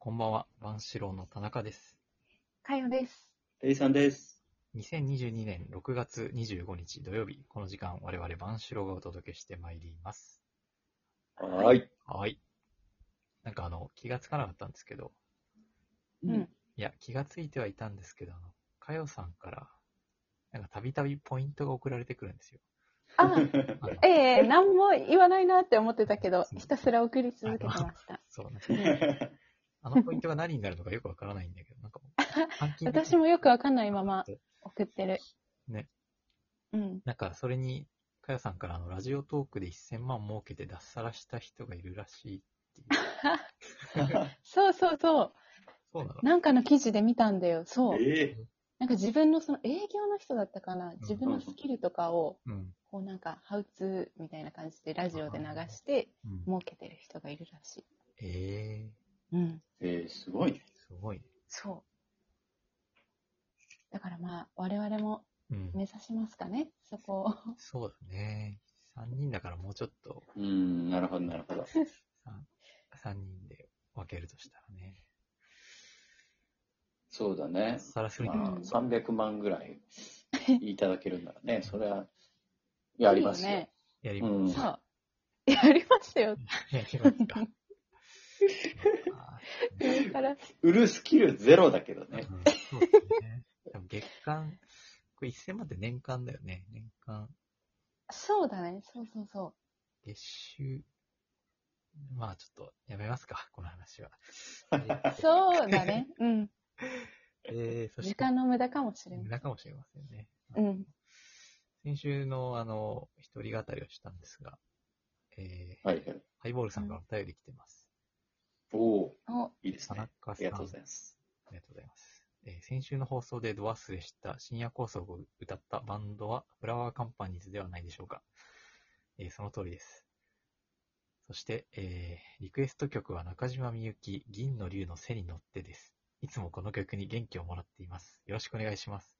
こんばんは、万志郎の田中です。かよです。ペイさんです。 2022年6月25日土曜日、この時間、我々万志郎がお届けしてまいります。はーい。はい。なんかあの、気がつかなかったんですけど、 うん。いや、気がついてはいたんですけど、あの、かよさんから、なんかたびたびポイントが送られてくるんですよ。あ、 あのええ何も言わないなって思ってたけど、ひたすら送り続けてました。そうなんですあのポイントが何になるのかよくわからないんだけど、なんかもう、換金でき私もよくわかんないまま送ってる。ね。うん。なんか、それに、かよさんからあのラジオトークで1000万儲けて脱サラした人がいるらしいっていう。そうそうそそうなのう。なんかの記事で見たんだよ。そう。えなんか自分のその営業の人だったかな。自分のスキルとかを、うん。こうなんか、ハウツーみたいな感じでラジオで流して、うん儲けてる人がいるらしい。ええうん。えええすごいね。すごいね。そう。だからまあ、我々もうん。目指しますかね。そこを。そうだね。3人だからもうちょっと、うーん、なるほど、なるほど。 3人で分けるとしたらね。そうだね。さらするにまはあ、うん300万ぐらいいただけるんなら ね、それは、いや、ありますよ。いいね。やりうまん。そう。 やりましたよ。す、やりますか。あ上から。売るスキルゼロだけどーね。うんそうですね。多分月間、これ1000万って年間だよね。年間、そうだね。そうそうそ月収。まあちょっとやめますか、この話は。う。そうだね。うん。えー、そし時て、間の無駄かもしれない。なかもしれませんね。うん。先週の、あの、一人語りをしたんですが、えー、はいはい。ハイボールさんからお便り来てます。おおお、いいです田ね。中あさん、りがとうございます。ありがとうございます。えー先週の放送でド忘れした深夜高速を歌ったバンドはフラワーカンパニーズではないでしょうか。えーその通りです。そして、えーリクエスト曲は中島みゆき、銀の竜の背に乗ってです。いつもこの曲に元気をもらっています。よろしくお願いします。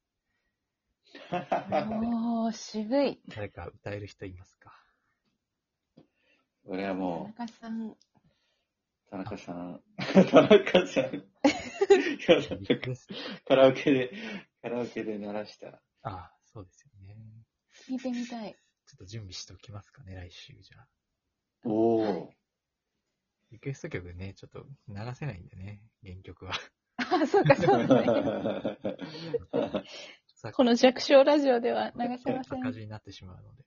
おー、渋い。誰か歌える人いますかこれは田も中さん。う、田中さ ん、田中さん、 いや、なんリかクエスト、カラオケで、カラオケで鳴らした。ああ、そうですよね。聞いてみたい。ちょっと準備しておきますかね、来週じゃあ。おはおいリクエスト曲ね、ちょっと流せないんでね、原曲 は。 あ、そうか、そう だね。この弱小ラジオでは流せませ赤ん。字になってしまうので。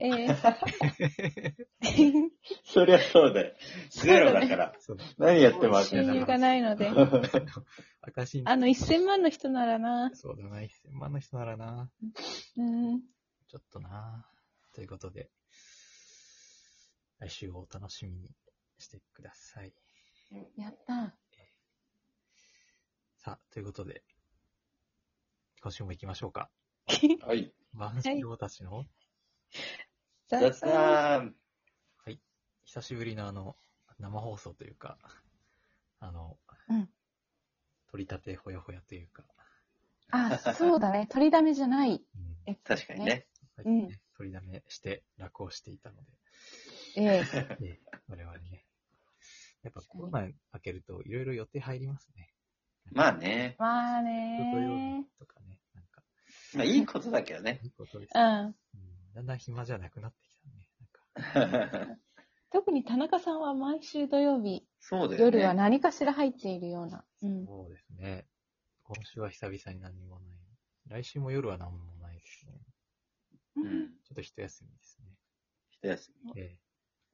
えー、そりゃそうだよ。ゼロ だから。 そうだ 何やってもあ収け親な入い友。がないの で。赤字にあの、1000万の人ならな。そうだな、1000万の人ならな。うん。ちょっとな。ということで、来週をお楽しみにしてください。やった。さあ、ということで、今週も行きましょうか。はい。万志郎たちの、雑談。久しぶりのあの、生放送というか、あの、うん取り立てほやほやというか、あ、そうだね。取りだめじゃなういんやつ、確かに。ね。さっきうんね、取りだめして楽をしてい たので、ええで我々ね。やっぱコロナ開けるといろいろ予定入りますね。まあね。まあ土曜ね日とかね、なんか、まあいいことだけどね。 いいことです、うん。うんだんだん暇じゃなくなってきたね。なんか特に田中さんは毎週土曜日、そうだよね。夜は何かしら入っているような。うん。そうですね。今週は久々に何もない。来週も夜は何もないですね。うん。ちょっと一休みですね。一休み。ええ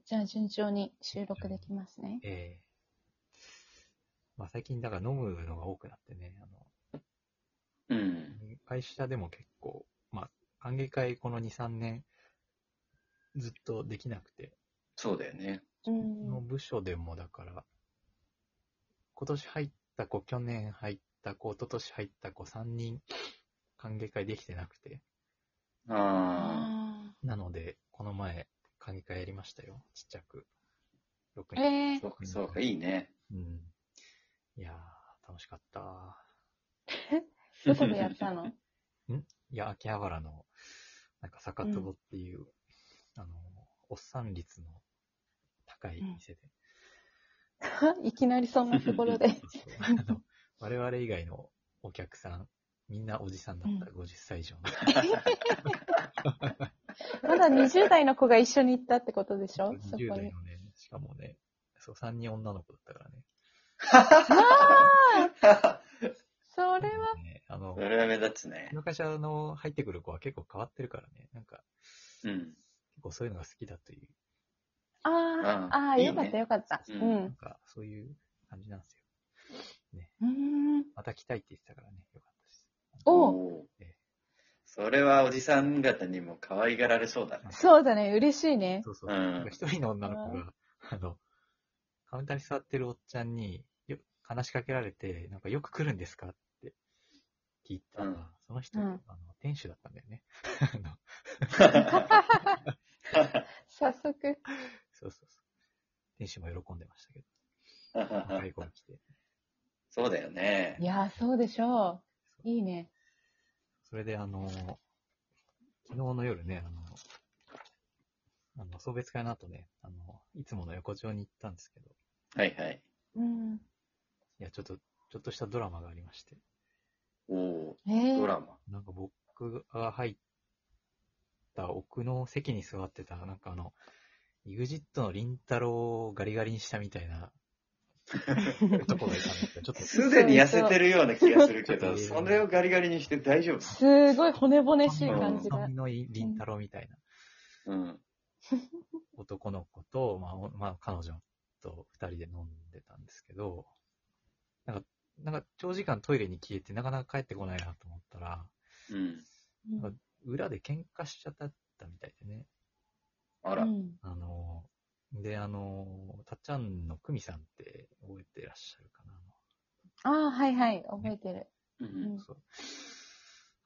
じゃあ順調に収録できますね。ええまあ最近だから飲むのが多くなってね、あの、うん。会社でも結構、まあ、歓迎会この2、3年、ずっとできなくて、そうだよね。うこのん。部署でもだから、今年入った子、去年入った子、一昨年入った子、3人歓迎会できてなくて、ああなので、この前、歓迎会やりましたよ、ちっちゃく。6あ。人。えあ。えそうか、そうか、いいね。うん。いやー、楽しかった。どこでやったの いや、秋葉原の、なんか、酒壺っていう、あの、おっさん率の高い店で、いきなりそんなところ で。そう あの我々以外のお客さん、みんなおじさんだった、50歳以上の。まだ20代の子が一緒に行ったってことでしょそ20こ代。のにね、しかもね、そう、3人女の子だったからね。そこれは、ね、あのそ、れは目立つねこ。の会社の入ってくる子は結構変わってるからね、なんか、うん。結構そういうのが好きだという、ああ、ああ、いいよねかったよかった。ううんなんん。か、そういう感じなんですよ。うーん。また来たいって言ってたからね、よかったです。おうおーそれはおじさん方にも可愛がられそうだね。そうだね、嬉しいね。そうそう。うんなんか一人の女の子が、あの、カウンターに座ってるおっちゃんによ話しかけられて、なんかよく来るんですかって聞いたら、うんその人、うんあの、店主だったんだよね。 あの早速。そうそうそう。店主も喜んでましたけど、若い子が来て。 そうだよねい。やー、そうでしょそうう。いいね。それで、あの、昨日の夜ね、あの、あの送別会の後ね、あの、いつもの横丁に行ったんですけど、はいはい。うん。いや、ちょっと、ちょっとしたドラマがありまして、おおねー、えドラマ。なんか僕が入った奥の席に座ってた、なんかあの、EXIT のりんたろをガリガリにしたみたいな男がいたんですけど、ちょっと、すでに痩せてるような気がするけ ど、ちょっそとれをガリガリにして大丈夫すごい骨々しい感じが髪。のいいりんたろみたいなうん。男の子と、まあ、おまあ、彼女と二人で飲んでたんですけど、なんか、なんか長時間トイレに消えてなかなか帰ってこないなと思ったら、うん。なんか裏で喧嘩しちゃったみたいでね。あらう。んあの、で、あの、たっちゃんのくみさんって覚えてらっしゃるかなああ、はいはい、覚えてる。ううんんそう。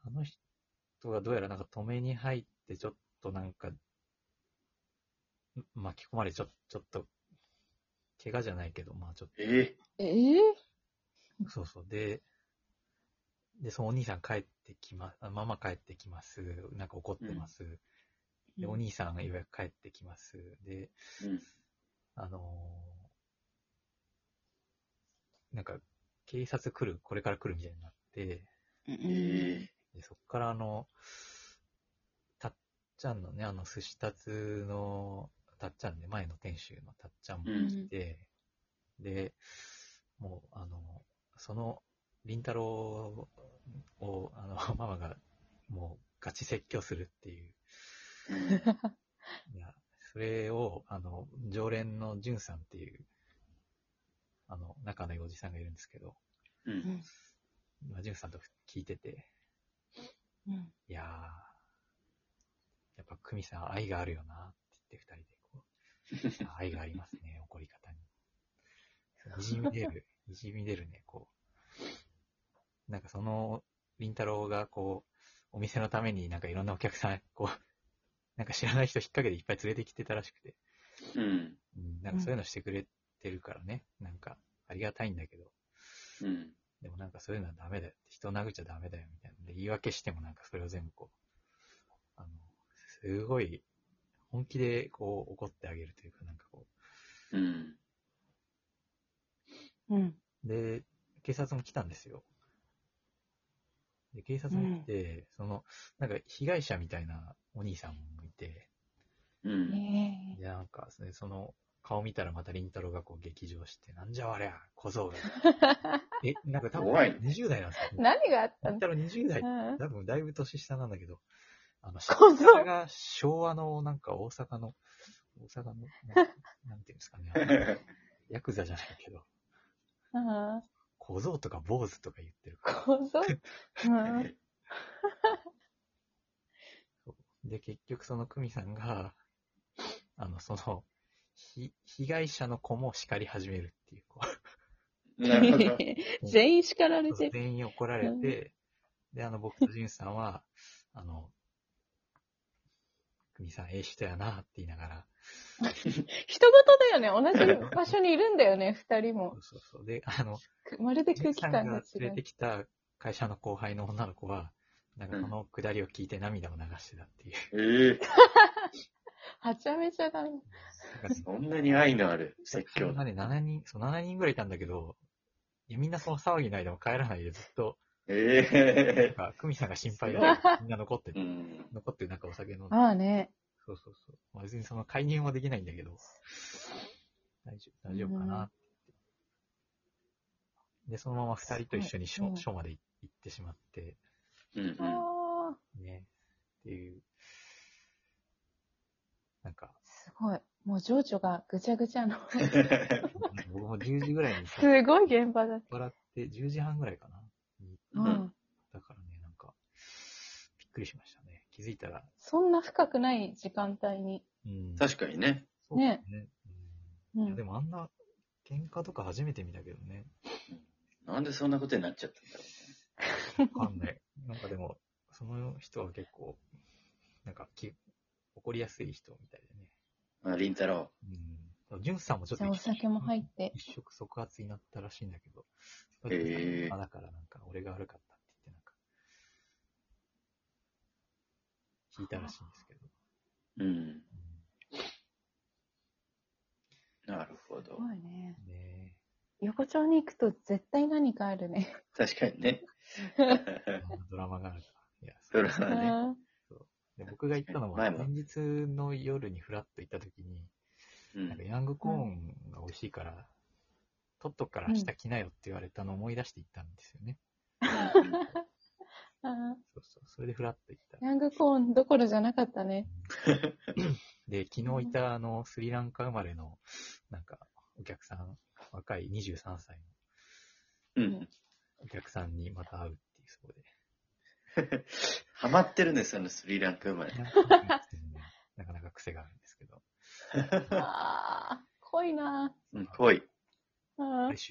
あの人がどうやらなんか止めに入って、ちょっとなんか、巻き込まれ、ちょ、ちょっと、怪我じゃないけど、まあちょっえええと、そうそう。で、で、そのお兄さん帰ってきま、あママ帰ってきます。なんか怒ってます。で、お兄さんがようやく帰ってきます。で、うん。あのーなんか、警察来る、これから来るみたいになって、えでそっからあの、たっちゃんのね、あの、寿司たつの、たっちゃんで、前の店主のたっちゃんもう来ん。て、で、もう、あの、その、りんたろーを、あの、 ママが、もう、ガチ説教するっていう、いや、それを、あの、常連のじゅんさんっていう、あの、仲のいいおじさんがいるんですけど、う。うんんまあ、じゅんさんと聞いてて、うんいやー、やっぱ久美さん愛があるよな、って言って二人でこう、あ 愛がありますね、怒り方に。にじみ出る、にじみ出るね、こう。なんかその、りんたろうがこう、お店のためになんかいろんなお客さん、こう、なんか知らない人引っ掛けていっぱい連れてきてたらしくて、うん。うんなんかそういうのしてくれてるからね、なんかありがたいんだけど、うん。でもなんかそういうのはダメだよって、人を殴っちゃダメだよみたいな。で、言い訳してもなんかそれを全部こう、あの、すごい本気でこう怒ってあげるというか、なんかこうん。うんう。で、警察も来たんですよ。で、警察も来て、その、なんか被害者みたいなお兄さんもいて、うん。ねで、なんかそれその顔見たらまたりんたろがこう劇場して、なんじゃありゃ、小 僧が。え、なんか多分怖い20代なんですよえ。何があった言っのたら20代、うん多分だいぶ年下なんだけど、あの、下小僧が昭和の、なんか大阪の、大阪の、なんかなんていうんですかねあの、ヤクザじゃないけど、うん小僧とか坊主とか言ってるから。小僧うんで、結局その久美さんが、あの、その、ひ被害者の子も叱り始めるっていう、こう なるほど。全員叱られてる。全員怒られて、で、あの、僕と淳さんは、あの、久美さん、ええ人やなって言いながら、人事だよね。同じ場所にいるんだよね、二人そも。うそうそう。で、あの、まるでじ空い気さん感がが違連れうて。きた会社の後輩の女の子は、なんかこのくだりを聞いて涙を流してたっていう。ええはちゃめちゃだね。 そんなに愛のある説み教んなだ。ね、7人、そう、7人ぐらいいたんだけど、いやみんなその騒ぎの間も帰らないでずっと、 なんえか、久美さんが心配だからみんな残ってえうん。残ってなんかお酒飲んで。ああね。そうそうそう。まあ、別にその介入はできないんだけど、大丈夫、大丈夫かなって。で、そのまま二人と一緒にすごい署うん署まで行ってしまって、うんうん。ああ、ね、っていう。なんか、すごい。もう情緒がぐちゃぐちゃの。 僕も10時ぐらいにさ、すごい現場だ。笑って、10時半ぐらいかな。にう。うんだからね、なんか、びっくりしましたね。気づいたら、そんな深くない時間帯に。うん。確かにね。そうだね。ううんいやでん。もあんな、喧嘩とか初めて見たけどね。なんでそんなことになっちゃったんだろわかんない。 なんかでも、その人は結構、なんかき、怒りやすい人みたいでね。うね。まあ、りんたろうん。ジュンさんもちょっじとゃあお一触酒も入って。一触即発になったらしいんだけど。へえあだからなんか、俺が悪かったって言って、なんか、聞いたらしいんですけど。う。うん。うなるほすど。ごいね。ん、ね横丁に行くと絶対何かあるね。確かにね。え。あんなドラマ があるから。いや、そそうれはね。で僕が行ったのは、前も前日の夜にフラッと行った時に、うなんかん。ヤングコーンが美味しいから、取っとくから明日来なよって言われたのを思い出して行ったんですよね。あーそうそう。それでフラッと行 った。ヤングコーンどころじゃなかったね。で、昨日いたあの、スリランカ生まれの、なんか、お客さん、若い23歳うん。のお客さんにまた会うっていう、そこで。ハマってるんですよね、スリランカ生まれ。なんかなかなか癖があるんですけど。ああ、濃いなうん、濃い。あ。うん来週